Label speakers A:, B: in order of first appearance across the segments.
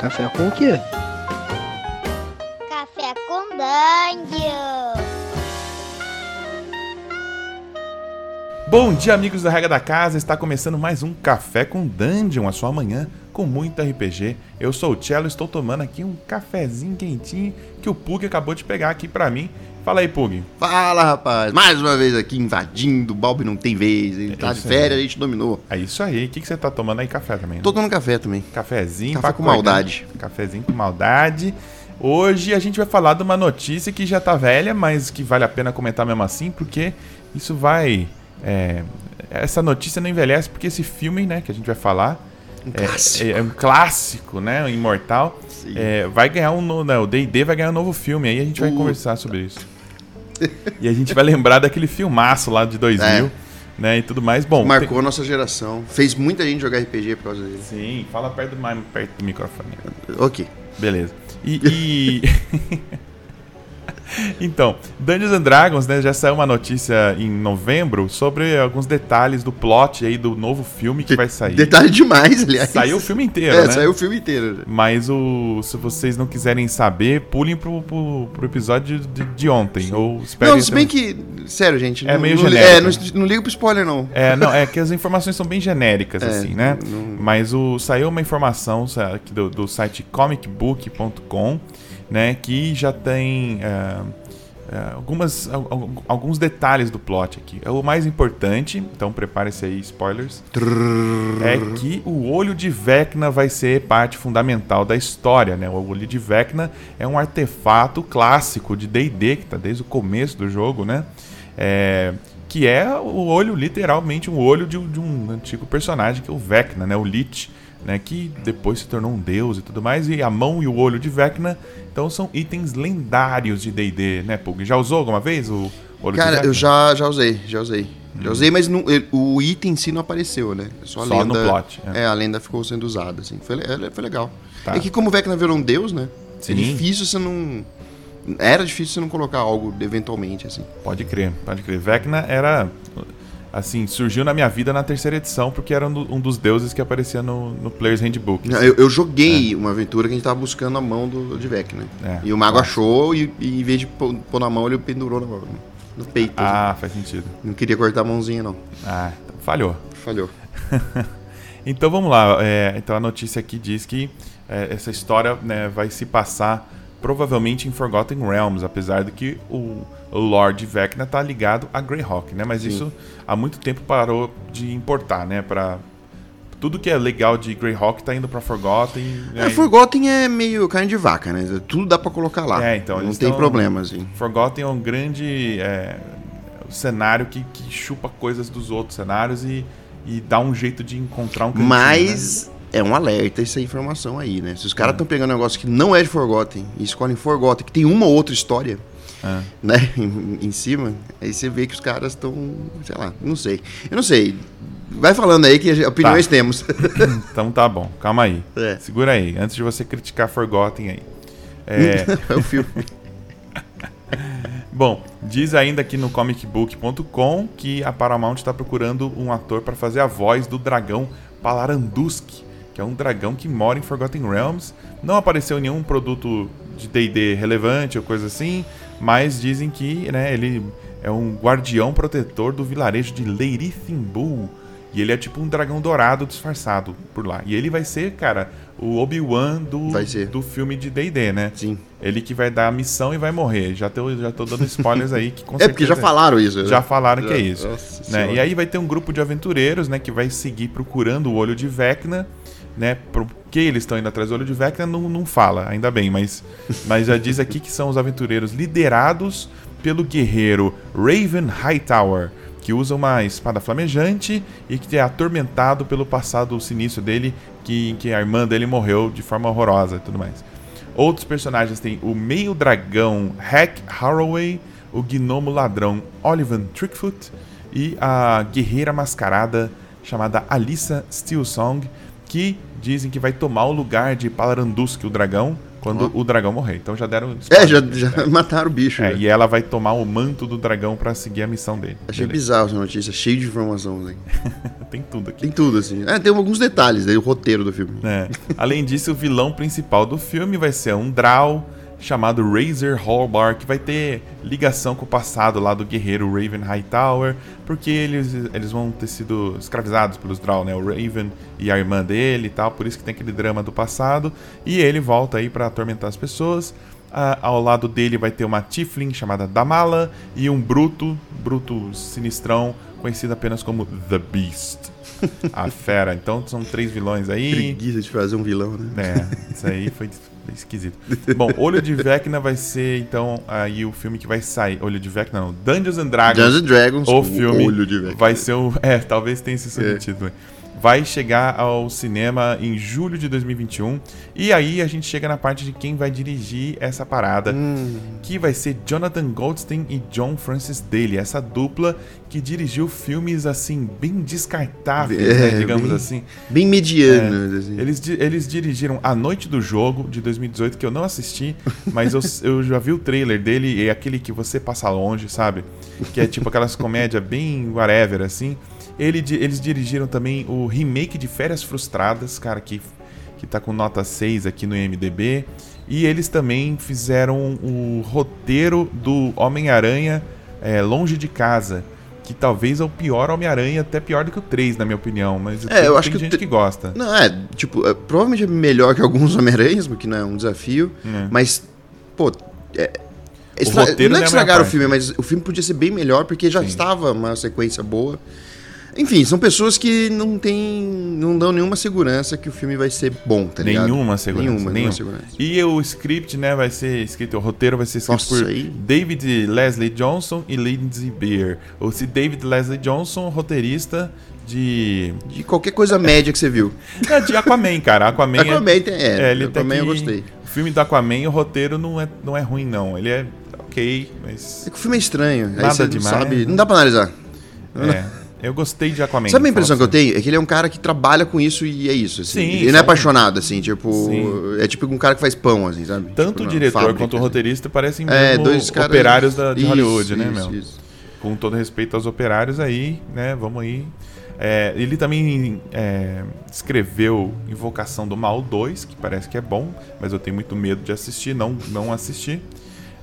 A: Café com o quê?
B: Café com Dungeon.
C: Bom dia, amigos da Regra da Casa. Está começando mais um Café com Dungeon, a sua manhã com muito RPG. Eu sou o Cello, estou tomando aqui um cafezinho quentinho que o Pug acabou de pegar aqui pra mim. Fala aí, Pug.
D: Fala, rapaz! Mais uma vez aqui invadindo, o Balbi não tem vez, ele tá de
C: isso
D: férias, a gente dominou.
C: É isso aí. O que, que você tá tomando aí? Café também, né?
D: Tô tomando café também.
C: Cafezinho
D: Café
C: pra
D: com
C: acordar.
D: maldade.
C: Cafezinho com maldade. Hoje a gente vai falar de uma notícia que já tá velha, mas que vale a pena comentar mesmo assim, porque isso vai. é, essa notícia não envelhece, porque esse filme, né, que a gente vai falar.
D: Um
C: é-
D: clássico.
C: É, um clássico, né? Um imortal.
D: Sim.
C: É, vai ganhar um novo. O DD vai ganhar um novo filme, aí a gente vai
D: Puta.
C: conversar sobre isso. e a gente vai lembrar daquele filmaço lá de 2000,
D: É.
C: né? E tudo mais. Bom,
D: Marcou a nossa geração. Fez muita gente jogar RPG por causa dele.
C: tem- Sim, fala perto do, mi- perto do microfone.
D: Ok.
C: Beleza. E. e- então, Dungeons and Dragons, né? Já saiu uma notícia em novembro sobre alguns detalhes do plot aí do novo filme que vai sair.
D: Detalhe demais, aliás.
C: Saiu o filme inteiro,
D: É,
C: né?
D: saiu o filme inteiro. né?
C: Mas o, se vocês não quiserem saber, pulem pro, pro, pro episódio de, de ontem. Ou esperem.
D: Não, se bem
C: também.
D: que. Sério, gente.
C: É
D: não,
C: meio
D: não, li-
C: genérico,
D: É, não,
C: né?
D: não liga pro spoiler, não.
C: É, não, é que as informações são bem genéricas,
D: É,
C: assim, né?
D: não-
C: Mas o, saiu uma informação sa- aqui do, do site comicbook.com, né? Que já tem ah, ah, algumas, al- al- alguns detalhes do plot aqui. É O mais importante, então prepare-se aí, spoilers. é que o olho de Vecna vai ser parte fundamental da história, né? O olho de Vecna é um artefato clássico de D&D, que tá desde o começo do jogo, né? É, que é o olho, literalmente, um olho de, um- de um antigo personagem, que é o Vecna, né? O Lich, né? Que depois se tornou um deus e tudo mais. E a mão e o olho de Vecna, então, são itens lendários de D&D, né, Pug? Já usou alguma vez o olho de
D: Cara,
C: Vecna?
D: eu já, já usei, já usei. Já usei, mas não- ele- o item em si não apareceu, né? Só a
C: Hum. Só no
D: lenda.
C: plot, é.
D: É. a lenda ficou sendo usada, assim. Foi, le- é, foi legal.
C: Tá.
D: É que como o Vecna virou um deus, né?
C: Sim.
D: É difícil você não. Era difícil você não colocar algo eventualmente, assim.
C: Pode crer, pode crer. Vecna era. Assim, surgiu na minha vida na terceira edição, porque era um do- um dos deuses que aparecia no, no Player's Handbook.
D: Eu, eu joguei uma aventura que a gente tava buscando a mão do, de Vecna.
C: É.
D: E o mago achou e, e em vez de pô- pôr na mão, ele pendurou na mão, no peito. assim.
C: Ah, faz sentido.
D: Não queria cortar a mãozinha, não.
C: Ah, então falhou.
D: Falhou.
C: Então vamos lá. é, então a notícia aqui diz que é, essa história né, vai se passar provavelmente em Forgotten Realms, apesar de que o o Lord Vecna tá ligado a Greyhawk, né? Mas isso há muito tempo parou de importar, né? Pra... Tudo que é legal de Greyhawk tá indo pra Forgotten. né?
D: É, Forgotten é meio carne de vaca, né? Tudo dá pra colocar lá.
C: É, então,
D: Não
C: eles
D: tem
C: tão-
D: problema, assim.
C: Forgotten é um grande é, cenário que, que chupa coisas dos outros cenários e, e dá um jeito de encontrar um cantinho, né?
D: Mas é um alerta essa informação aí, né? Se os caras estão pegando um negócio que não é de Forgotten e escolhem Forgotten, que tem uma ou outra história,
C: Ah.
D: né? Em, em cima, aí você vê que os caras estão. Sei lá, não sei. Eu não sei. Vai falando aí que a-
C: Tá.
D: opiniões temos.
C: Então tá bom, calma aí.
D: É.
C: Segura aí, antes de você criticar Forgotten aí. É,
D: É o filme.
C: Bom, diz ainda aqui no comicbook.com que a Paramount está procurando um ator para fazer a voz do dragão Palarandusk, que é um dragão que mora em Forgotten Realms. Não apareceu em nenhum produto de D&D relevante ou coisa assim, mas dizem que né, ele é um guardião protetor do vilarejo de Leirithimbul. E ele é tipo um dragão dourado disfarçado por lá. E ele vai ser, cara, o Obi-Wan do,
D: Vai ser.
C: do filme de D&D, né?
D: Sim.
C: Ele que vai dar a missão e vai morrer. Já tô, já tô dando spoilers aí que com
D: É porque já
C: certeza-
D: falaram isso. né?
C: já falaram que é isso.
D: Nossa
C: né?
D: Senhora.
C: E aí vai ter um grupo de aventureiros, né, que vai seguir procurando o olho de Vecna, né? Por que eles estão indo atrás do olho de Vecna não, não fala, ainda bem, mas, mas já diz aqui que são os aventureiros liderados pelo guerreiro Raven Hightower, que usa uma espada flamejante e que é atormentado pelo passado sinistro dele, que, em que a irmã dele morreu de forma horrorosa e tudo mais. Outros personagens têm o meio-dragão Hack Haraway, o gnomo ladrão Olivan Trickfoot e a guerreira mascarada chamada Alissa Steelsong, que dizem que vai tomar o lugar de Palarandusk, o dragão, Quando o dragão morrer. Então já deram.
D: É, já, já mataram o bicho.
C: É,
D: né?
C: e ela vai tomar o manto do dragão pra seguir a missão dele.
D: Achei
C: Beleza.
D: bizarro essa notícia, cheio de informação. Assim.
C: Tem tudo aqui.
D: Tem tudo, assim. É, tem alguns detalhes aí, o roteiro do filme.
C: É. Além disso, o vilão principal do filme vai ser um Drow chamado Razor Hallbar, que vai ter ligação com o passado lá do guerreiro Raven Hightower, porque eles, eles vão ter sido escravizados pelos Drow, né? O Raven e a irmã dele e tal, por isso que tem aquele drama do passado. E ele volta aí pra atormentar as pessoas. Ah, ao lado dele vai ter uma Tiflin chamada Damala e um Bruto, Bruto Sinistrão, conhecido apenas como The Beast. A fera. Então são três vilões aí.
D: Preguiça de fazer um vilão, né?
C: É, isso aí foi esquisito. Bom, Olho de Vecna vai ser, então, aí o filme que vai sair. Olho de Vecna, não. Dungeons and Dragons.
D: Dungeons and Dragons,
C: o filme
D: olho de velho.
C: vai ser o... É, talvez tenha esse subtítulo. aí. Vai chegar ao cinema em julho de 2021. E aí a gente chega na parte de quem vai dirigir essa parada.
D: Hum.
C: Que vai ser Jonathan Goldstein e John Francis Daly. Essa dupla que dirigiu filmes, assim, bem descartáveis, né,
D: É,
C: digamos
D: bem-
C: assim.
D: Bem mediano, assim.
C: Eles, di- eles dirigiram A Noite do Jogo, de 2018, que eu não assisti, mas eu, eu já vi o trailer dele, é aquele que você passa longe, sabe? Que é tipo aquelas comédias bem whatever, assim. Ele, di- eles dirigiram também o remake de Férias Frustradas, cara, que, que tá com nota 6 aqui no IMDB. E eles também fizeram o roteiro do Homem-Aranha é, Longe de Casa. Que talvez é o pior Homem-Aranha, até pior do que o 3, na minha opinião. Mas
D: É, eu acho que o
C: gente
D: tre-
C: que gosta.
D: Não, é, tipo, é, provavelmente é melhor que alguns Homem-Aranhas, porque não é um desafio.
C: É.
D: Mas, pô, é.
C: O roteiro
D: não é
C: não é a
D: que estragaram
C: minha
D: o filme, mas o filme podia ser bem melhor, porque já
C: Sim.
D: estava uma sequência boa. Enfim, são pessoas que não tem. não dão nenhuma segurança que o filme vai ser bom, tá ligado?
C: Nenhuma segurança.
D: Nenhuma, nenhuma
C: nenhuma.
D: segurança.
C: E o script, né, vai ser escrito, o roteiro vai ser escrito
D: Nossa,
C: por
D: aí.
C: David Leslie Johnson e Lindsay Beer. Ou se David Leslie Johnson, roteirista de.
D: De qualquer coisa média que você viu.
C: É, de Aquaman, cara. Aquaman, é-
D: Aquaman tem. É,
C: é, ele tem
D: Aquaman eu
C: que-
D: gostei.
C: O filme do Aquaman, o roteiro não é, não é ruim, não. Ele é ok, mas.
D: É que o filme é estranho.
C: Nada
D: aí você
C: demais,
D: não sabe.
C: né?
D: Não dá pra analisar.
C: É. Eu gostei de Aquaman.
D: Sabe a impressão que
C: fala
D: eu tenho? É que ele é um cara que trabalha com isso e é isso. Assim.
C: Sim,
D: ele não é
C: sabe?
D: apaixonado, assim, tipo.
C: Sim.
D: É tipo um cara que faz pão, assim, sabe?
C: pra você. Tanto
D: Tipo,
C: o
D: na
C: diretor
D: fábrica,
C: quanto o
D: assim.
C: roteirista parecem
D: É,
C: mesmo
D: dois caras.
C: operários da, de Hollywood,
D: Isso,
C: né,
D: isso,
C: meu?
D: isso.
C: com todo respeito aos operários aí, né? Vamos aí. É, ele também é, escreveu Invocação do Mal 2, que parece que é bom, mas eu tenho muito medo de assistir, não, não assisti.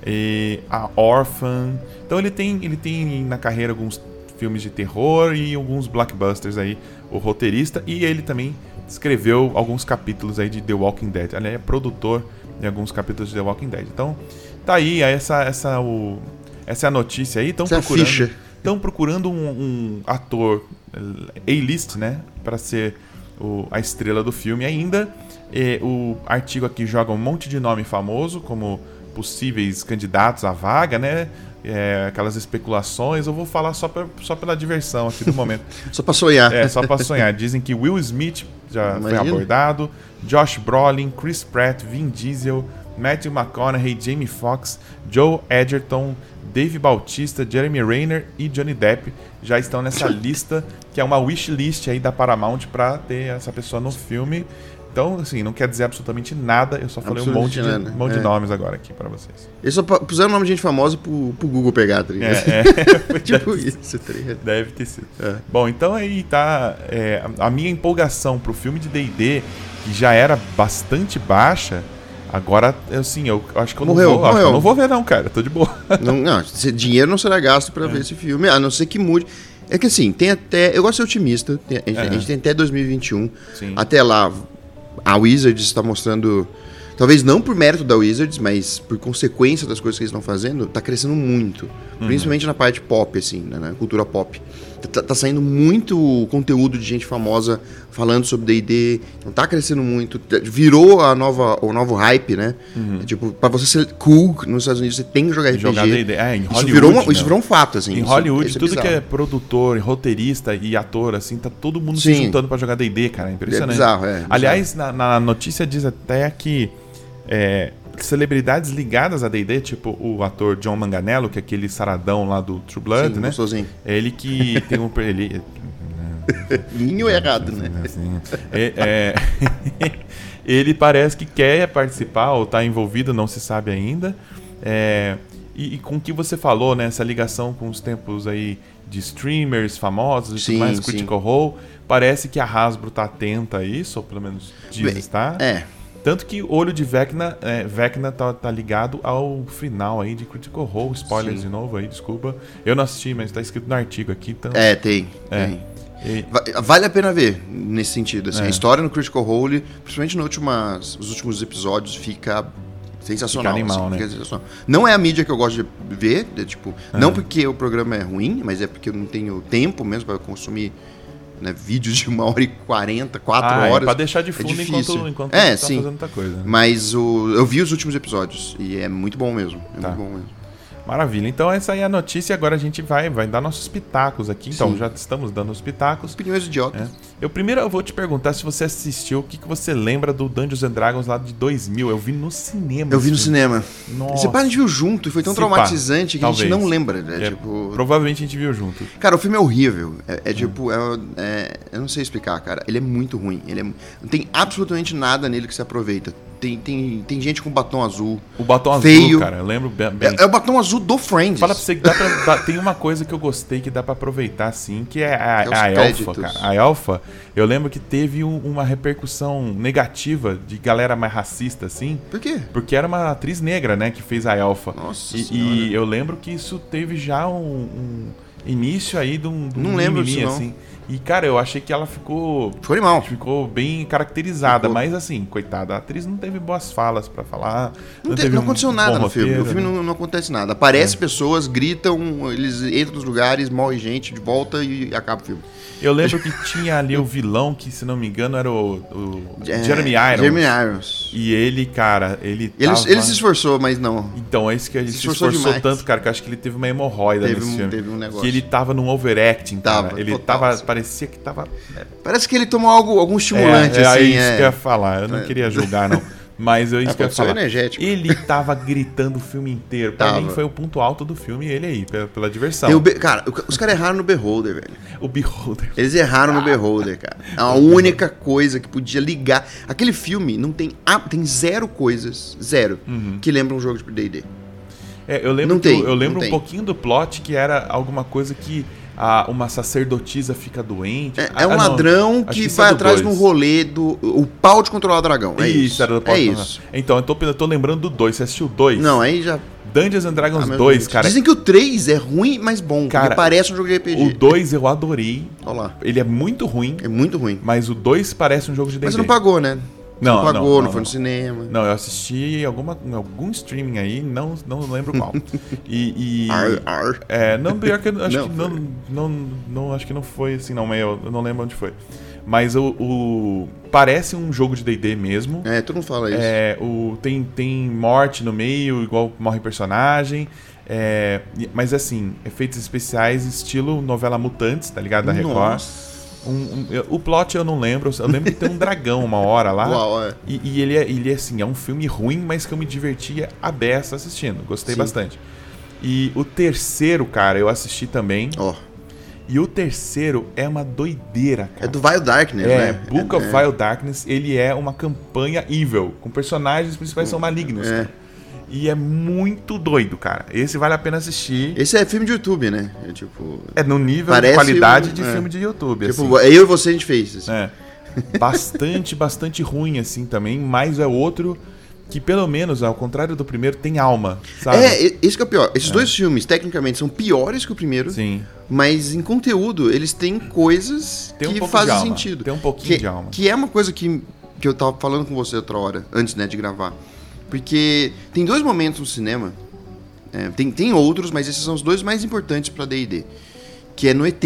C: E a Orphan. Então ele tem, ele tem na carreira alguns filmes de terror e alguns blockbusters aí, o roteirista, e ele também escreveu alguns capítulos aí de The Walking Dead. Ele é produtor de alguns capítulos de The Walking Dead. Então, tá aí essa, essa, o, essa é a notícia aí. Estão
D: Essa é a
C: procurando,
D: ficha.
C: tão procurando um, um ator eh, A-list, né? Pra ser o- a estrela do filme ainda. Eh, o artigo aqui joga um monte de nome famoso, como possíveis candidatos à vaga, né? Eh, aquelas especulações. Eu vou falar só, pe- só pela diversão aqui do momento.
D: Só pra sonhar.
C: É, só pra sonhar. Dizem que Will Smith já
D: Imagina.
C: foi abordado, Josh Brolin, Chris Pratt, Vin Diesel, Matthew McConaughey, Jamie Foxx, Joe Edgerton, Dave Bautista, Jeremy Rayner e Johnny Depp já estão nessa lista, que é uma wish list aí da Paramount pra ter essa pessoa no filme. Então, assim, não quer dizer absolutamente nada, eu só falei um monte,
D: Absolutamente
C: de,
D: nada,
C: um monte de
D: é.
C: nomes agora aqui pra vocês.
D: Eles só pa- puseram o nome de gente famosa pro, pro Google pegar, tá ligado?
C: É, é.
D: tipo isso, tá ligado?
C: Deve ter sido.
D: É.
C: Bom, então aí tá. é, a minha empolgação pro filme de DD, que já era bastante baixa, agora, assim, eu acho que eu
D: Morreu,
C: não vou. acho que
D: morreu.
C: eu não vou ver, não, cara. Tô de boa.
D: Não, não, se- dinheiro não será gasto pra ver esse filme, a não ser que mude. É que assim, tem até. Eu gosto de ser otimista. tem- a, gente, a
C: Aham.
D: gente tem até 2021.
C: Sim.
D: Até lá, a Wizards está mostrando. Talvez não por mérito da Wizards, mas por consequência das coisas que eles estão fazendo, tá crescendo muito. Principalmente na parte pop, assim, né, na cultura pop. Tá, tá saindo muito conteúdo de gente famosa falando sobre DD. Não tá crescendo muito. tá- Virou a nova, o novo hype, né? É Tipo, pra você ser cool nos Estados Unidos, você tem que jogar RPG.
C: Jogar D&D. É, em
D: isso,
C: Hollywood,
D: virou uma-
C: meu.
D: isso virou um fato, assim.
C: Em
D: isso-
C: Hollywood,
D: isso
C: tudo que é
D: bizarro.
C: produtor, roteirista e ator, assim, tá todo mundo se
D: Sim.
C: juntando pra jogar DD, cara. É
D: É
C: impressionante.
D: bizarro, é. bizarro.
C: Aliás, na, na notícia diz até que é, celebridades ligadas a D&D, tipo o ator John Manganello, que é aquele saradão lá do True Blood,
D: Sim,
C: né?
D: gostosinho.
C: É ele que tem um. per- Ele,
D: Ninho é errado, né?
C: Assim, é- é, ele parece que quer participar ou está envolvido, não se sabe ainda. É, e, e com o que você falou, né? Essa ligação com os tempos aí de streamers famosos e
D: Sim,
C: tudo mais,
D: sim.
C: Critical Role, parece que a Hasbro tá atenta a isso, ou pelo menos diz
D: Bem,
C: estar.
D: É.
C: Tanto que Olho de Vecna, é, Vecna tá, tá ligado ao final aí de Critical Role. Spoilers
D: Sim.
C: de novo aí, desculpa. Eu não assisti, mas tá escrito no artigo aqui, então...
D: É, tem.
C: É.
D: tem.
C: e-
D: Va- Vale a pena ver, nesse sentido. assim.
C: É.
D: A história no Critical Role, principalmente no última- nos últimos episódios, fica sensacional.
C: Fica animal,
D: assim,
C: né?
D: fica sensacional. Não é a mídia que eu gosto de ver, é, tipo, não porque o programa é ruim, mas é porque eu não tenho tempo mesmo para consumir né, vídeos de uma hora e quarenta, quatro
C: Ah, é,
D: horas.
C: pra deixar de fundo enquanto,
D: difícil.
C: enquanto
D: É,
C: tá
D: sim.
C: fazendo outra coisa. né?
D: Mas o- eu vi os últimos episódios e é muito bom mesmo. É
C: Tá.
D: muito bom mesmo.
C: Maravilha. Então essa aí é a notícia e agora a gente vai, vai dar nossos pitacos aqui. Então
D: Sim.
C: já estamos dando os pitacos.
D: Opiniões idiotas.
C: Eu primeiro eu vou te perguntar se você assistiu, o que, que você lembra do Dungeons and Dragons lá de 2000? Eu vi no cinema.
D: Eu vi no
C: esse filme.
D: cinema. Esse
C: Nossa.
D: pá, a gente viu junto e foi tão
C: Se pá,
D: traumatizante que a gente
C: talvez.
D: não lembra, né?
C: É,
D: Tipo,
C: Provavelmente a gente viu junto.
D: Cara, o filme é horrível. É, é tipo, é, é- eu não sei explicar, cara. Ele é muito ruim. Ele é, não tem absolutamente nada nele que se aproveita. Tem, tem, tem gente com batom azul.
C: O batom azul,
D: Feio.
C: cara. Eu lembro bem. bem.
D: É, é o batom azul do Friends.
C: Fala pra você que dá pra, dá- tem uma coisa que eu gostei que dá pra aproveitar sim, que é a,
D: É os
C: a Elfa,
D: créditos.
C: cara. A Elfa, eu lembro que teve um- uma repercussão negativa de galera mais racista, assim,
D: Por quê?
C: Porque era uma atriz negra, né, que fez a Elfa.
D: Nossa
C: e,
D: senhora.
C: e eu lembro que isso teve já um, um início aí de um, de um
D: Não lembro disso, não.
C: E, cara, eu achei que ela ficou.
D: Ficou animal.
C: Ficou bem caracterizada,
D: Ficou.
C: mas assim, coitada, a atriz não teve boas falas pra falar.
D: Não, te- não
C: um
D: aconteceu
C: bom
D: nada no filme. No
C: roteiro,
D: filme
C: né? É.
D: não, não acontece nada. Aparece pessoas, gritam, eles entram nos lugares, morre gente, de volta e acaba o filme.
C: Eu lembro que tinha ali o vilão que, se não me engano, era o, o
D: É,
C: Jeremy Irons.
D: Jeremy Irons.
C: E ele, cara, ele.
D: Ele,
C: tava-
D: ele se esforçou, mas não.
C: Então, é isso que a gente se
D: Se
C: esforçou,
D: esforçou demais.
C: tanto, cara, que eu acho que ele teve uma hemorroida
D: Teve
C: nesse
D: um-
C: filme.
D: teve um negócio.
C: Que ele tava num overacting, cara.
D: Tava,
C: ele
D: total,
C: tava,
D: assim.
C: parecia que tava...
D: Parece que ele tomou algo, algum estimulante,
C: é, é,
D: assim.
C: isso
D: É,
C: que eu ia falar. Eu não queria julgar, não. Mas eu isso que eu ia
D: pode ser
C: falar.
D: energético.
C: Ele tava gritando o filme inteiro. Pra
D: Tava.
C: mim foi o ponto alto do filme, ele aí, pela, pela diversão.
D: Tem o Be- Cara, o- os caras erraram no Beholder, velho.
C: O Beholder.
D: Eles erraram no Beholder, cara. É A única coisa que podia ligar. Aquele filme não tem. a- Tem zero coisas. Zero.
C: Uhum.
D: Que lembra um jogo de DD.
C: É, eu lembro,
D: Não
C: que eu-
D: tem,
C: eu,
D: não
C: lembro um
D: tem.
C: pouquinho do plot que era alguma coisa que a- uma sacerdotisa fica doente.
D: É,
C: Ah,
D: é um
C: não,
D: ladrão
C: acho
D: que
C: isso
D: vai
C: é do
D: atrás de
C: dois.
D: um rolê do. O pau de controlar o dragão. É isso.
C: era do
D: é
C: Porta-
D: isso.
C: Então, eu tô, eu tô lembrando do 2. Você assistiu o 2?
D: Não, aí já.
C: Dungeons and
D: ah,
C: Dragons
D: meu
C: 2,
D: Deus.
C: cara.
D: Dizem que o 3 é ruim, mas bom.
C: Cara,
D: porque parece um jogo de
C: O
D: RPG.
C: 2 eu adorei.
D: Olha lá.
C: Ele é muito ruim,
D: É muito ruim.
C: mas o 2 parece um jogo de D&D.
D: Mas você não pagou, né?
C: Não,
D: não
C: não,
D: pagou, não,
C: não,
D: foi
C: não.
D: no cinema.
C: Não, eu assisti em alguma, em algum streaming aí, não, não lembro qual. e... e-
D: Ar, ar.
C: É, não, pior que eu acho
D: Não,
C: que não, não, não, acho que não foi assim, não, mas eu, eu não lembro onde foi. Mas o, o- parece um jogo de D&D mesmo.
D: É, todo mundo fala isso.
C: É, o, tem, tem morte no meio, igual morre personagem. É, e- mas assim, efeitos especiais estilo novela Mutantes, tá ligado? Da Record. Um- um- eu- o plot eu não lembro. Eu lembro que tem um dragão uma hora lá.
D: Uau, é.
C: E, e ele, é, ele é assim, é um filme ruim, mas que eu me divertia a beça assistindo. Gostei
D: Sim.
C: bastante. E o terceiro, cara, eu assisti também.
D: Ó.
C: E o terceiro é uma doideira, cara.
D: É do Vile Darkness,
C: É,
D: né?
C: Book
D: é,
C: of Vile Darkness, ele é uma campanha evil, com personagens principais são malignos.
D: É.
C: cara. E é muito doido, cara. Esse vale a pena assistir.
D: Esse é filme de YouTube, né? É tipo.
C: É no nível de
D: Parece
C: qualidade
D: um-
C: de
D: é.
C: filme de YouTube,
D: Tipo, eu e você a gente fez.
C: assim.
D: assim.
C: É. Bastante, bastante ruim, assim, também, mas é outro que, pelo menos, ao contrário do primeiro, tem alma, sabe?
D: É, e- esse que é o pior. Esses dois filmes, tecnicamente, são piores que o primeiro,
C: Sim.
D: mas em conteúdo, eles têm coisas
C: Tem um
D: que
C: pouco
D: fazem
C: de alma.
D: sentido.
C: Tem um pouquinho
D: que,
C: de alma.
D: Que é uma coisa que, que eu tava falando com você outra hora, antes né, de gravar. Porque tem dois momentos no cinema. é, tem, tem outros, mas esses são os dois mais importantes pra D&D. Que é no ET,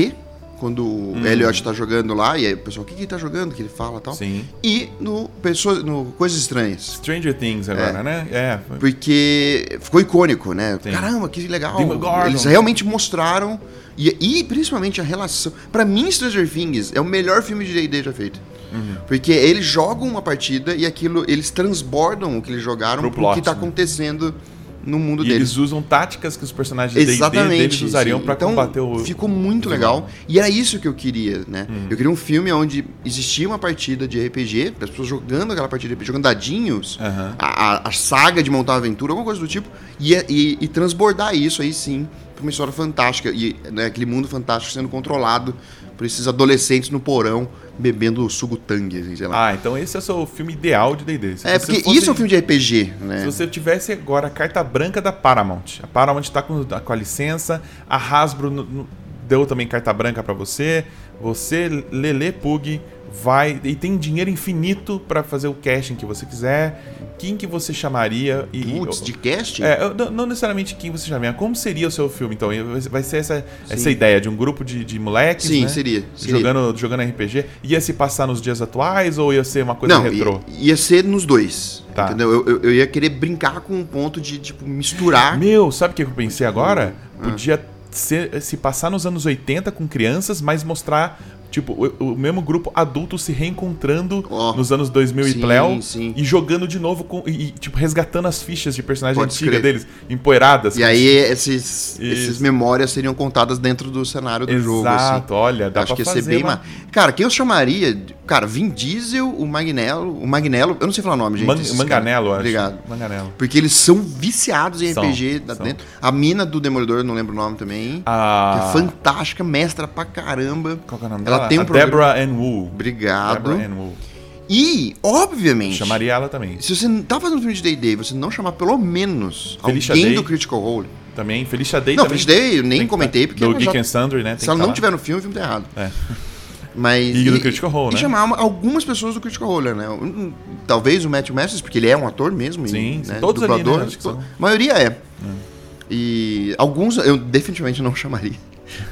D: quando
C: Uhum.
D: o Elliot tá jogando lá, e aí o pessoal, o que que ele tá jogando? Que ele fala e tal.
C: Sim.
D: E no, pessoas, no Coisas Estranhas.
C: Stranger Things agora, né? É. foi-
D: Porque ficou icônico, né?
C: Sim.
D: Caramba, que legal.
C: Demogorgon.
D: Eles realmente mostraram. E, e principalmente a relação. Pra mim, Stranger Things é o melhor filme de DD já feito.
C: Uhum.
D: Porque eles jogam uma partida e aquilo. Eles transbordam o que eles jogaram
C: Pro
D: pro, que
C: plot,
D: tá
C: né?
D: acontecendo no mundo
C: E
D: deles.
C: eles usam táticas que os personagens de D&D deles
D: Exatamente,
C: usariam
D: sim.
C: pra
D: Então,
C: combater o... Uhum.
D: Ficou muito legal. E era isso que eu queria, né? Eu queria um filme onde existia uma partida de RPG, as pessoas jogando aquela partida de RPG, jogando dadinhos,
C: Aham.
D: a, a- a saga de montar uma aventura, alguma coisa do tipo, e, e- e transbordar isso aí sim pra uma história fantástica. E né, aquele mundo fantástico sendo controlado por esses adolescentes no porão bebendo sugo tangue, assim, sei lá.
C: Ah, então esse é o seu filme ideal de D&D. Se
D: é,
C: você
D: porque
C: fosse-
D: isso é um filme de RPG, né?
C: Se você tivesse agora a carta branca da Paramount, a Paramount tá com, tá com a licença, a Hasbro no- no- deu também carta branca pra você, você, Lele Pug, vai e tem dinheiro infinito pra fazer o casting que você quiser, quem que você chamaria e...
D: Putz, de casting?
C: É, eu- não- não necessariamente quem você chamaria, como seria o seu filme, então? E vai- Vai ser essa, essa
D: Sim.
C: ideia de um grupo de, de moleques,
D: Sim,
C: né?
D: seria. seria.
C: Jogando, jogando RPG, ia se passar nos dias atuais ou ia ser uma coisa
D: i-
C: retrô?
D: Ia, ser nos dois.
C: Tá.
D: Entendeu? Eu, eu- eu ia querer brincar com um ponto de, tipo, misturar.
C: Meu, sabe o que eu pensei agora?
D: Ah.
C: Podia ser- se passar nos anos 80 com crianças, mas mostrar, tipo, o, o mesmo grupo adulto se reencontrando
D: Ó.
C: nos anos 2000 e
D: Sim,
C: Pleo.
D: sim.
C: E jogando de novo com, e, e, tipo, resgatando as fichas de personagem
D: Pode
C: antiga
D: crer.
C: deles, empoeiradas.
D: E aí é esses, esses
C: Isso.
D: memórias seriam contadas dentro do cenário do
C: Exato,
D: jogo, assim.
C: olha, dá
D: Acho
C: pra
D: que ia
C: fazer
D: ser bem...
C: uma-
D: ma- Cara, quem eu chamaria... de- Cara, Vin Diesel, o Magnello... O Magnello... Eu não sei falar o nome, gente.
C: Man-
D: esses
C: Manganello,
D: caras.
C: acho.
D: Obrigado.
C: Manganello.
D: Porque eles são viciados em
C: São,
D: RPG lá
C: são.
D: dentro. A mina do Demolidor, não lembro o nome também. Que
C: A...
D: é fantástica, mestra pra caramba.
C: Ah, Qual que é o nome
D: Ela
C: dela?
D: tem um
C: a
D: programa-
C: Deborah Ann Wu.
D: Obrigado.
C: Deborah Ann Wu.
D: E, obviamente...
C: Chamaria ela também.
D: Se você tá fazendo filme de D&D e você não chamar pelo menos
C: Felicia
D: alguém
C: Day.
D: do Critical Role...
C: Também, Felicia Day
D: não,
C: também.
D: Felicia Day eu nem
C: Tem que- tá
D: comentei, porque...
C: Do
D: ela já-
C: Geek and Sundry, né? Tem
D: se
C: que
D: ela não
C: falar.
D: tiver no filme, o filme tá errado.
C: É.
D: Mas...
C: E do Critical Role,
D: e
C: né?
D: chamar uma- algumas pessoas do Critical Role, né? Um- um- Talvez o Matthew Masters, porque ele é um ator mesmo.
C: Sim,
D: e,
C: sim,
D: né,
C: todos ali,
D: dublador,
C: né? Acho que são.
D: A maioria é. E alguns eu definitivamente não chamaria.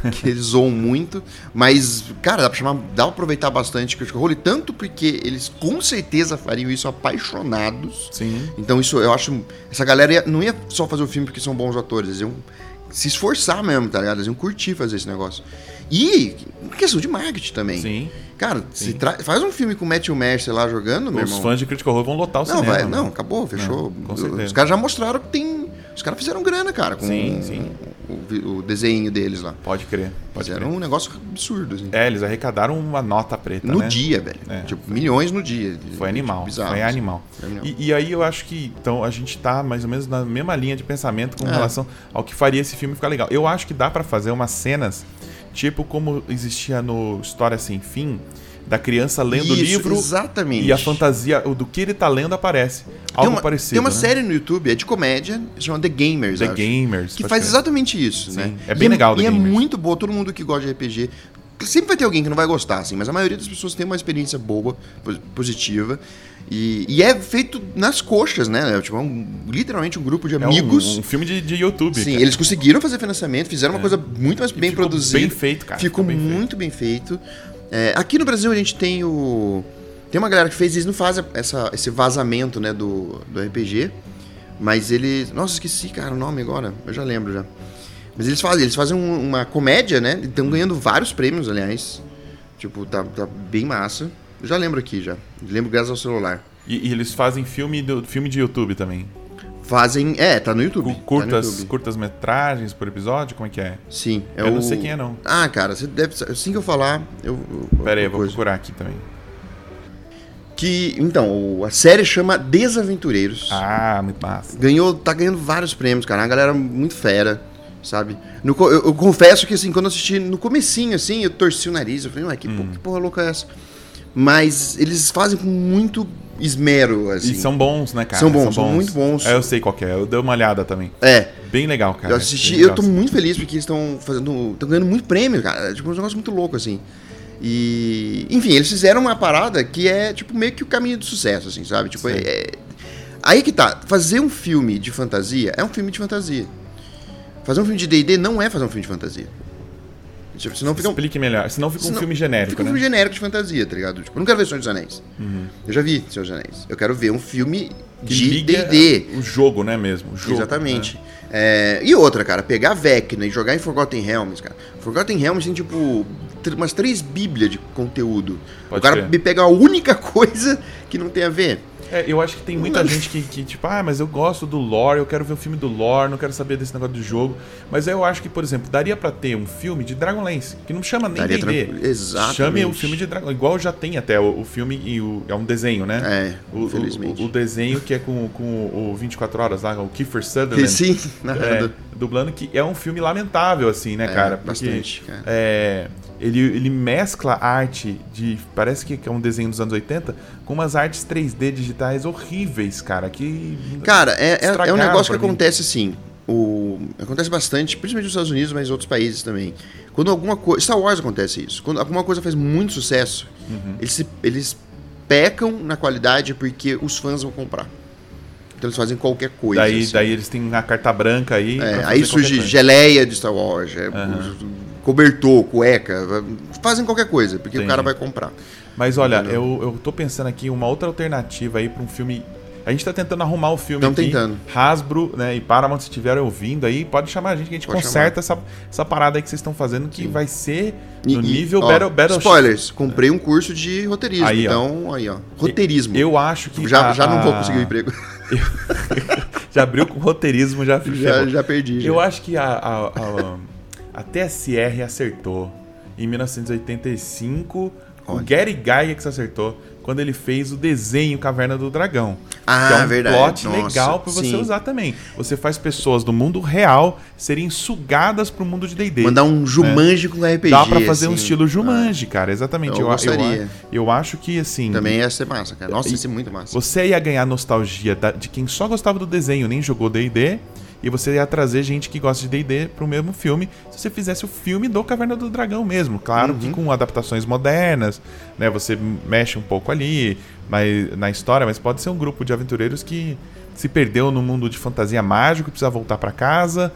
D: que eles zoam muito. Mas, cara, dá pra chamar. Dá pra aproveitar bastante o Critical Role, tanto porque eles com certeza fariam isso apaixonados.
C: Sim.
D: Então isso eu acho. Essa galera ia- não ia só fazer o filme porque são bons atores, eles iam se esforçar mesmo, tá ligado? Eles iam curtir fazer esse negócio. E questão de marketing também.
C: Sim.
D: Cara, se tra- faz um filme com o Matthew Mercer lá jogando, meu
C: Os
D: irmão.
C: fãs de Critical Role vão lotar o
D: não,
C: cinema.
D: vai,
C: né?
D: não, acabou, fechou.
C: com certeza.
D: os caras já mostraram que tem. Os caras fizeram grana, cara, com
C: Sim, sim.
D: O, vi- o desenho deles lá.
C: Pode crer, pode
D: fizeram
C: crer.
D: um negócio absurdo, assim.
C: É, eles arrecadaram uma nota preta,
D: no
C: né?
D: dia, velho.
C: É,
D: tipo, milhões no dia.
C: Foi animal,
D: Bizarro,
C: foi
D: assim.
C: animal.
D: Foi animal.
C: E, e aí eu acho que então a gente tá mais ou menos na mesma linha de pensamento com
D: É.
C: relação ao que faria esse filme ficar legal. Eu acho que dá pra fazer umas cenas, tipo como existia no História Sem Fim, da criança lendo o
D: Isso,
C: livro
D: Exatamente.
C: e a fantasia, o do que ele tá lendo aparece. Algo
D: tem uma,
C: parecido,
D: Tem uma
C: né?
D: série no YouTube, é de comédia, chama The Gamers,
C: The
D: acho,
C: Gamers.
D: Que
C: pode
D: faz
C: crer.
D: exatamente isso,
C: Sim,
D: né?
C: é bem
D: e
C: legal, The
D: E é
C: Gamers.
D: muito boa, todo mundo que gosta de RPG. Sempre vai ter alguém que não vai gostar, assim, mas a maioria das pessoas tem uma experiência boa, po- positiva. E, e é feito nas coxas, né? É, Tipo, é um- literalmente um grupo de
C: É um-
D: amigos.
C: um, filme de, de YouTube.
D: Sim,
C: cara.
D: eles conseguiram fazer financiamento, fizeram uma coisa muito mais bem
C: Ficou
D: produzida.
C: Bem feito, cara.
D: Ficou
C: bem feito.
D: muito bem feito. É, aqui no Brasil a gente tem o. Tem uma galera que fez, eles não fazem essa, esse vazamento, né, do, do RPG. Mas eles. Nossa, esqueci, cara, o nome agora. Eu já lembro já. Mas eles fazem, eles fazem um- uma comédia, né? E Estão ganhando vários prêmios, aliás. Tipo, tá, tá bem massa. Eu já lembro aqui já. Lembro graças ao celular.
C: E, e eles fazem filme, do, filme de YouTube também.
D: Fazem. É, tá no YouTube.
C: Cu-
D: tá no
C: curtas,
D: YouTube.
C: curtas metragens por episódio? Como é que é?
D: Sim. É
C: eu
D: o...
C: não sei quem é, não.
D: Ah, cara, você deve. Assim que eu falar, eu.
C: Pera aí, eu vou
D: coisa.
C: procurar aqui também.
D: Que, então, o- a série chama Desaventureiros.
C: Ah, muito massa.
D: Ganhou, tá ganhando vários prêmios, cara. É Uma galera muito fera, sabe? No co- eu, eu confesso que, assim, quando eu assisti no comecinho, assim, eu torci o nariz. Eu falei, ué, que,
C: Hum.
D: po- que porra louca é essa? Mas eles fazem com muito esmero, assim.
C: E são bons, né, cara?
D: São bons, são muito bons.
C: É, eu sei qual que é. Eu dei uma olhada também.
D: É,
C: Bem legal, cara.
D: eu assisti,
C: Bem
D: eu tô
C: legal.
D: muito feliz porque eles estão fazendo. estão ganhando muito prêmio, cara. É, Tipo, um negócio muito louco, assim. E. Enfim, eles fizeram uma parada que é, tipo, meio que o caminho do sucesso, assim, sabe? Tipo,
C: Sim.
D: é. é- Aí que tá, fazer um filme de fantasia é um filme de fantasia. Fazer um filme de DD não é fazer um filme de fantasia. Tipo, senão fica um,
C: Explique melhor. Senão fica um
D: Senão-
C: filme genérico,
D: fica um
C: né? Uhum.
D: filme genérico de fantasia, tá ligado? Tipo, eu não quero ver Senhor dos Anéis. Eu já vi Senhor dos Anéis. Eu quero ver um filme
C: Que
D: de
C: liga
D: DD.
C: O jogo, né, mesmo? O jogo, né?
D: Exatamente. É, e outra, cara, pegar Vecna e jogar em Forgotten Realms, cara. Forgotten Realms tem, tipo, tr- umas três bíblias de conteúdo.
C: Pode
D: o cara
C: crer.
D: me pega a única coisa que não tem a ver.
C: É, eu acho que tem muita gente que, que, tipo, ah, mas eu gosto do lore, eu quero ver o filme do lore, não quero saber desse negócio do jogo. Mas eu acho que, por exemplo, daria pra ter um filme de Dragonlance, que não chama nem
D: Daria
C: D&D.
D: tranquilo. Exatamente.
C: Chame o filme de Dragon Igual já tem até o, o filme e o, é um desenho, né?
D: É,
C: O, o-
D: infelizmente.
C: o desenho que é com, com o 24 Horas lá, o Kiefer
D: Que
C: Sutherland.
D: sim, narrando.
C: é, dublando, que é um filme lamentável, assim, né,
D: É,
C: cara? Porque,
D: bastante, cara.
C: é, ele, ele mescla a arte de. Parece que é um desenho dos anos 80 com umas artes 3D digitais horríveis, cara. Que.
D: Cara, é, é- é, um
C: Estragaram
D: negócio que
C: pra mim.
D: acontece assim. O... Acontece bastante, principalmente nos Estados Unidos, mas em outros países também. Quando alguma coisa. Star Wars acontece isso. Quando alguma coisa faz muito sucesso,
C: Uhum.
D: eles, se- eles pecam na qualidade porque os fãs vão comprar. Então eles fazem qualquer coisa.
C: daí,
D: assim.
C: daí eles têm a carta branca aí.
D: É,
C: pra fazer
D: aí surge
C: qualquer coisa.
D: geleia de Star Wars, é, cobertor, cueca, fazem qualquer coisa, porque
C: Entendi.
D: o cara vai comprar.
C: Mas olha,
D: Entendeu?
C: eu, eu tô pensando aqui uma outra alternativa aí pra um filme. A gente tá tentando arrumar o filme
D: Tão
C: aqui.
D: tentando.
C: Hasbro, né, e Paramount, se estiverem ouvindo aí, pode chamar a gente que a gente
D: Pode
C: conserta essa, essa parada aí que vocês estão fazendo, que vai ser
D: E-
C: no
D: e,
C: nível
D: ó,
C: Battle, Battle
D: Spoilers, comprei um curso de roteirismo,
C: Aí, ó.
D: então aí ó, roteirismo.
C: Eu acho que.
D: já
C: a-
D: já não vou
C: a-
D: conseguir o emprego,
C: Já abriu com roteirismo, já
D: já,
C: ferrou.
D: já perdi. já.
C: Eu acho que a, a, a, a TSR acertou. Em 1985, o
D: Olha.
C: Gary Gygax acertou quando ele fez o desenho Caverna do Dragão.
D: Ah,
C: que é um
D: verdade.
C: plot
D: Nossa,
C: legal pra você
D: sim.
C: usar também. Você faz pessoas do mundo real serem sugadas pro mundo de D&D.
D: Mandar um Jumanji com RPG.
C: né? Dá pra fazer um
D: assim, Ah,
C: estilo Jumanji, cara. Exatamente.
D: Eu
C: a- Eu,
D: gostaria.
C: a- eu acho que, assim...
D: Também ia ser massa, cara. Nossa, ia ser muito massa.
C: Você ia ganhar nostalgia da- de quem só gostava do desenho, nem jogou D&D, e você ia trazer gente que gosta de D&D pro mesmo filme, se você fizesse o filme do Caverna do Dragão mesmo. Claro
D: Uhum.
C: que com adaptações modernas, né, você mexe um pouco ali mas, na história, mas pode ser um grupo de aventureiros que se perdeu no mundo de fantasia mágico, precisa voltar pra casa.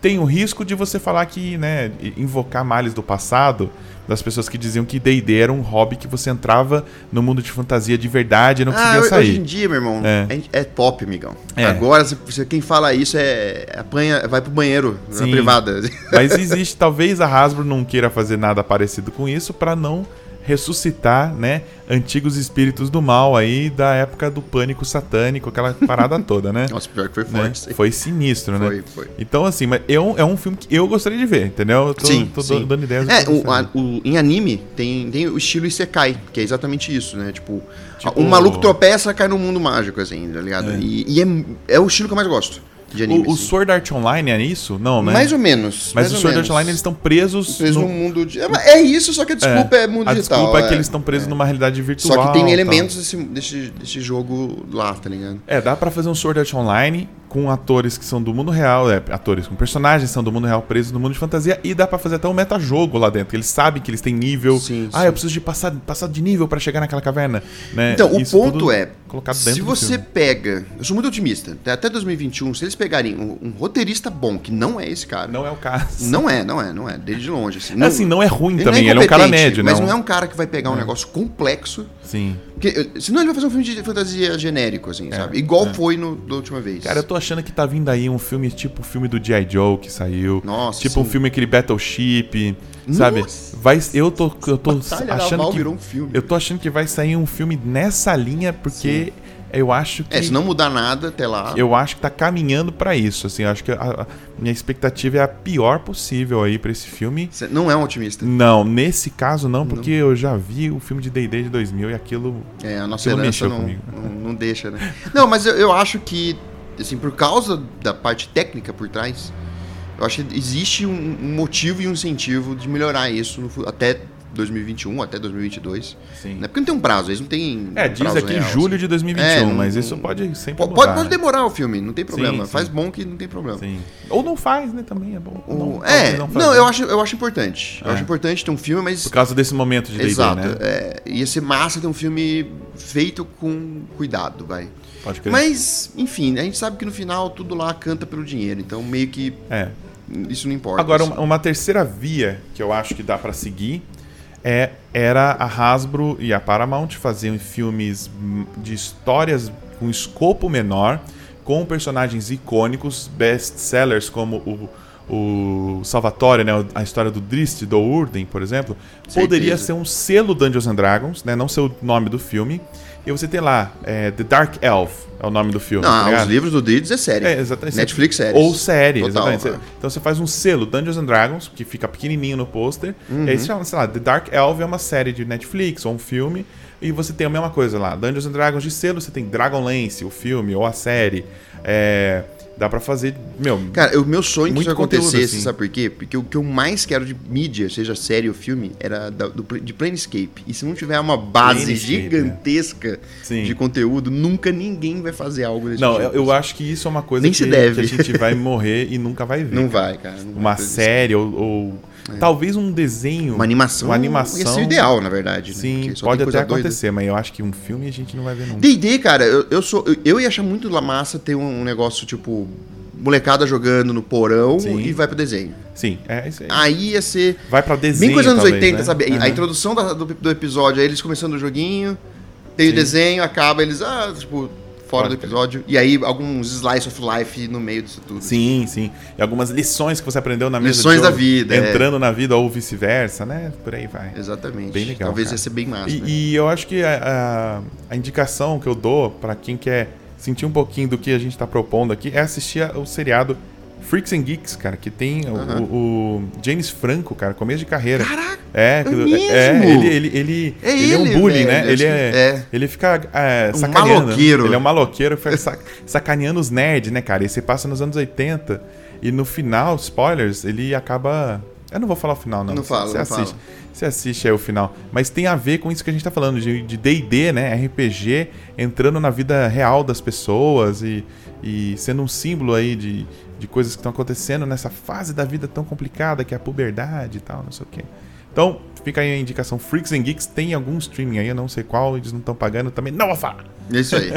C: Tem o risco de você falar que, né, invocar males do passado, das pessoas que diziam que D&D era um hobby que você entrava no mundo de fantasia de verdade e não
D: Ah,
C: conseguia
D: hoje-
C: sair.
D: hoje em dia, meu irmão,
C: É.
D: é, é pop, amigão.
C: É.
D: Agora, se, se quem fala isso é apanha, vai pro banheiro, na
C: Sim.
D: privada.
C: Mas existe, talvez a Hasbro não queira fazer nada parecido com isso pra não ressuscitar, né, antigos espíritos do mal aí da época do pânico satânico, aquela parada toda, né?
D: Nossa, pior que foi
C: Né?
D: forte.
C: Foi sinistro, né?
D: Foi, foi.
C: Então, assim, mas eu, é um filme que eu gostaria de ver, entendeu? Eu tô,
D: Sim,
C: tô
D: sim.
C: dando ideias. do
D: É,
C: que eu
D: o,
C: gostaria.
D: a- o- em anime tem, tem o estilo Isekai, que é exatamente isso, né? Tipo,
C: Tipo-
D: um maluco tropeça, cai no mundo mágico, assim, tá ligado? E, e é, é o estilo que eu mais gosto de anime.
C: o, o
D: assim.
C: Sword Art Online é isso? Não, né?
D: Mais ou menos.
C: Mas
D: mais
C: o
D: ou
C: Sword
D: menos.
C: Art Online eles estão presos.
D: Preso
C: no-
D: no mundo. De... É, mas é isso, só que a desculpa é, mundo
C: a
D: digital.
C: desculpa é que eles estão presos numa realidade virtual.
D: Só que tem
C: tal.
D: elementos desse, desse, desse jogo lá, tá ligado?
C: É, dá pra fazer um Sword Art Online com atores que são do mundo real, é, atores com personagens que são do mundo real presos no mundo de fantasia, e dá pra fazer até um metajogo lá dentro. que Eles sabem que eles têm nível.
D: Sim,
C: ah,
D: sim.
C: eu preciso de passar, passar de nível pra chegar naquela caverna. né?
D: Então, o
C: Isso tudo
D: ponto é,
C: colocado dentro
D: se
C: do
D: você
C: filme.
D: pega. Eu sou muito otimista. até- Até 2021, se eles pegarem um, um roteirista bom, que não é esse cara.
C: Não é o caso.
D: Não é, não é, não é. Desde longe, assim.
C: É assim, não é ruim também, ele é um
D: incompetente,
C: cara médio, né?
D: Mas não é
C: um-
D: um cara que vai pegar um negócio complexo.
C: Sim.
D: Porque, eh, senão ele vai fazer um filme de fantasia genérico, assim, sabe? Igual foi no, da última vez.
C: É, Cara, eu tô achando que tá vindo aí um filme tipo o filme do G.I. Joe que saiu.
D: Nossa,
C: Tipo um
D: sim.
C: filme aquele Battleship, sabe?
D: Nossa.
C: Vai, eu tô, eu tô
D: Batalha
C: achando
D: Naval
C: que
D: virou um filme.
C: eu tô achando que vai sair um filme nessa linha porque eu acho que
D: É, se não mudar nada até lá.
C: eu acho que tá caminhando pra isso, assim, eu acho que a, a minha expectativa é a pior possível aí pra esse filme.
D: Cê Não é um otimista.
C: Não, nesse caso não, porque eu já vi o filme de D&D de 2000 e aquilo
D: É, a nossa
C: Aquilo
D: herança
C: mexeu
D: não,
C: comigo.
D: não, não deixa, né? Não, mas eu, eu acho que, assim, por causa da parte técnica por trás, eu acho que existe um, um motivo e um incentivo de melhorar isso no fu- até 2021, até 2022.
C: Sim.
D: Né? Porque não tem um prazo, eles não têm.
C: É,
D: um
C: diz
D: prazo
C: aqui
D: real,
C: julho
D: assim.
C: de 2021,
D: É, não-
C: mas isso pode sempre
D: Po-
C: mudar.
D: Pode, pode
C: né?
D: demorar o filme, não tem problema.
C: sim.
D: Faz bom que não tem problema.
C: Sim. Ou não faz, né? Também é bom.
D: O-
C: Não,
D: é,
C: talvez
D: não,
C: fazer.
D: eu, acho, eu acho importante. Eu
C: É.
D: acho importante ter um filme, mas.
C: Por causa desse momento de D&D,
D: Exato.
C: né?
D: é, ia ser massa ter um filme feito com cuidado, vai.
C: Pode crer.
D: Mas, enfim, a gente sabe que no final tudo lá canta pelo dinheiro, então meio que
C: É.
D: isso não importa.
C: Agora,
D: assim.
C: uma, uma terceira via que eu acho que dá pra seguir é, era a Hasbro e a Paramount faziam filmes hum, de histórias com escopo menor, com personagens icônicos, best-sellers como o, o Salvatore, né, a história do Drist, do Urden, por exemplo,
D: Certeza.
C: poderia ser um selo Dungeons and Dragons, né, não ser o nome do filme, E você tem lá, é, The Dark Elf é o nome do filme.
D: Não,
C: tá
D: ah,
C: ligado?
D: os livros do Deeds é série.
C: É, exatamente.
D: Netflix séries.
C: Ou série,
D: Total,
C: exatamente. Você-
D: é.
C: Então você faz um selo, Dungeons and Dragons, que fica pequenininho no pôster.
D: Uhum.
C: E aí você chama, sei lá, The Dark Elf é uma série de Netflix ou um filme. E você tem a mesma coisa lá. Dungeons and Dragons de selo, você tem Dragonlance, o filme ou a série. É, dá pra fazer, meu...
D: Cara, o meu sonho é que
C: Muito
D: isso
C: conteúdo,
D: acontecesse,
C: assim.
D: sabe por quê? Porque o que eu mais quero de mídia, seja série ou filme, era da- do, de Planescape. E se não tiver uma base
C: Planescape, né?
D: gigantesca
C: Sim.
D: de conteúdo, nunca ninguém vai fazer algo desse
C: não,
D: tipo.
C: eu, eu acho que isso é uma coisa
D: Nem
C: que,
D: se deve.
C: que a gente vai morrer e nunca vai ver.
D: Não vai, cara. não
C: Uma
D: vai. É.
C: série ou... ou Talvez um desenho.
D: Uma animação.
C: Uma animação.
D: Ia ser o ideal, na verdade. né?
C: Sim,
D: Porque só tem
C: pode até
D: coisa doida.
C: acontecer, mas eu acho que um filme a gente não vai ver nunca.
D: D&D, cara, eu, eu sou, eu, eu ia achar muito la- massa ter um, um negócio tipo molecada jogando no porão
C: Sim.
D: e vai pro desenho.
C: Sim, é isso aí.
D: Aí ia ser
C: Vai pra desenho.
D: bem coisa anos
C: talvez,
D: 80,
C: né?
D: sabe? A-
C: Aham.
D: A introdução da- do, do episódio, aí eles começando o joguinho, tem o desenho, acaba eles ah, tipo fora
C: Pode
D: do episódio e aí alguns slice of life no meio disso tudo.
C: Sim, sim. E algumas lições que você aprendeu na mesa de
D: Lições
C: jogo,
D: da vida, é.
C: Entrando na vida ou vice-versa, né? Por aí vai.
D: Exatamente.
C: Bem legal,
D: Talvez
C: cara.
D: ia ser bem massa. né?
C: E, e eu acho que a, a- a indicação que eu dou pra quem quer sentir um pouquinho do que a gente tá propondo aqui é assistir a- o seriado Freaks and Geeks, cara, que tem o-
D: Aham.
C: o, o James Franco, cara, começo de carreira.
D: Caraca,
C: É, que-
D: mesmo?
C: é ele, ele, ele,
D: É
C: ele é um
D: ele,
C: bully,
D: velho,
C: né?
D: acho
C: Ele,
D: que-
C: é,
D: é.
C: ele fica é,
D: Um
C: sacaneando.
D: maloqueiro.
C: Ele é um maloqueiro, fica sac- sacaneando os nerds, né, cara? E você passa nos anos 80 e no final, spoilers, ele acaba. Eu não vou falar o final, não.
D: Não
C: Você-
D: fala,
C: você
D: não
C: assiste.
D: fala.
C: Você assiste aí o final. Mas tem a ver com isso que a gente tá falando, de de DD, né? RPG entrando na vida real das pessoas e, e sendo um símbolo aí de, de coisas que estão acontecendo nessa fase da vida tão complicada que é a puberdade e tal, não sei o quê. Então, fica aí a indicação. Freaks and Geeks tem algum streaming aí, eu não sei qual, eles não estão pagando também. Não vou falar!
D: é isso aí.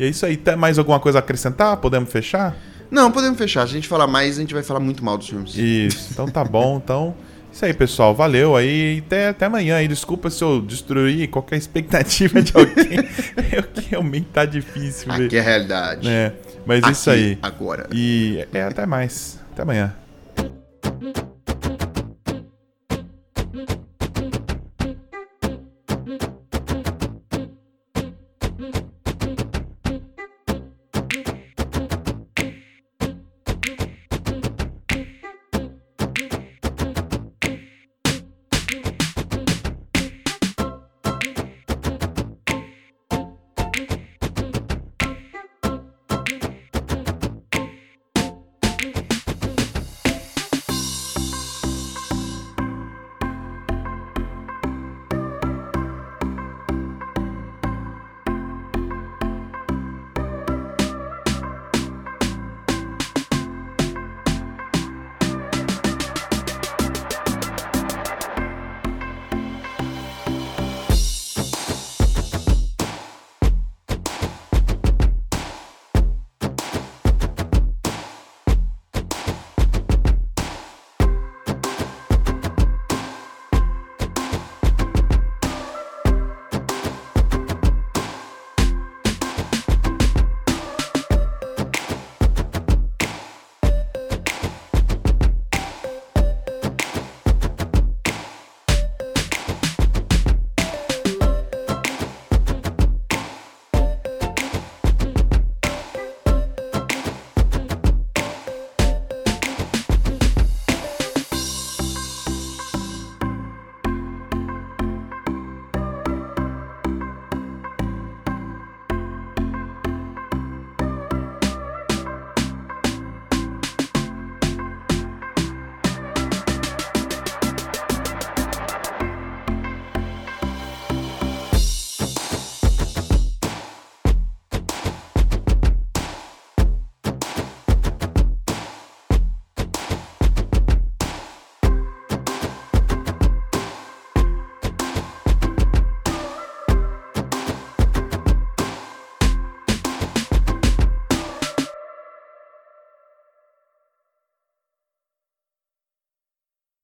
C: E é isso aí. Tem mais alguma coisa a acrescentar? Podemos fechar?
D: Não, podemos fechar. Se a gente falar mais, a gente vai falar muito mal dos filmes.
C: Isso, então tá bom, então. Isso aí, pessoal. Valeu aí. Até, até amanhã. E desculpa se eu destruir qualquer expectativa de alguém. é o que realmente tá difícil,
D: Aqui
C: velho.
D: é a realidade.
C: É, né? mas isso
D: Aqui,
C: aí.
D: Agora.
C: E é, até mais. Até amanhã.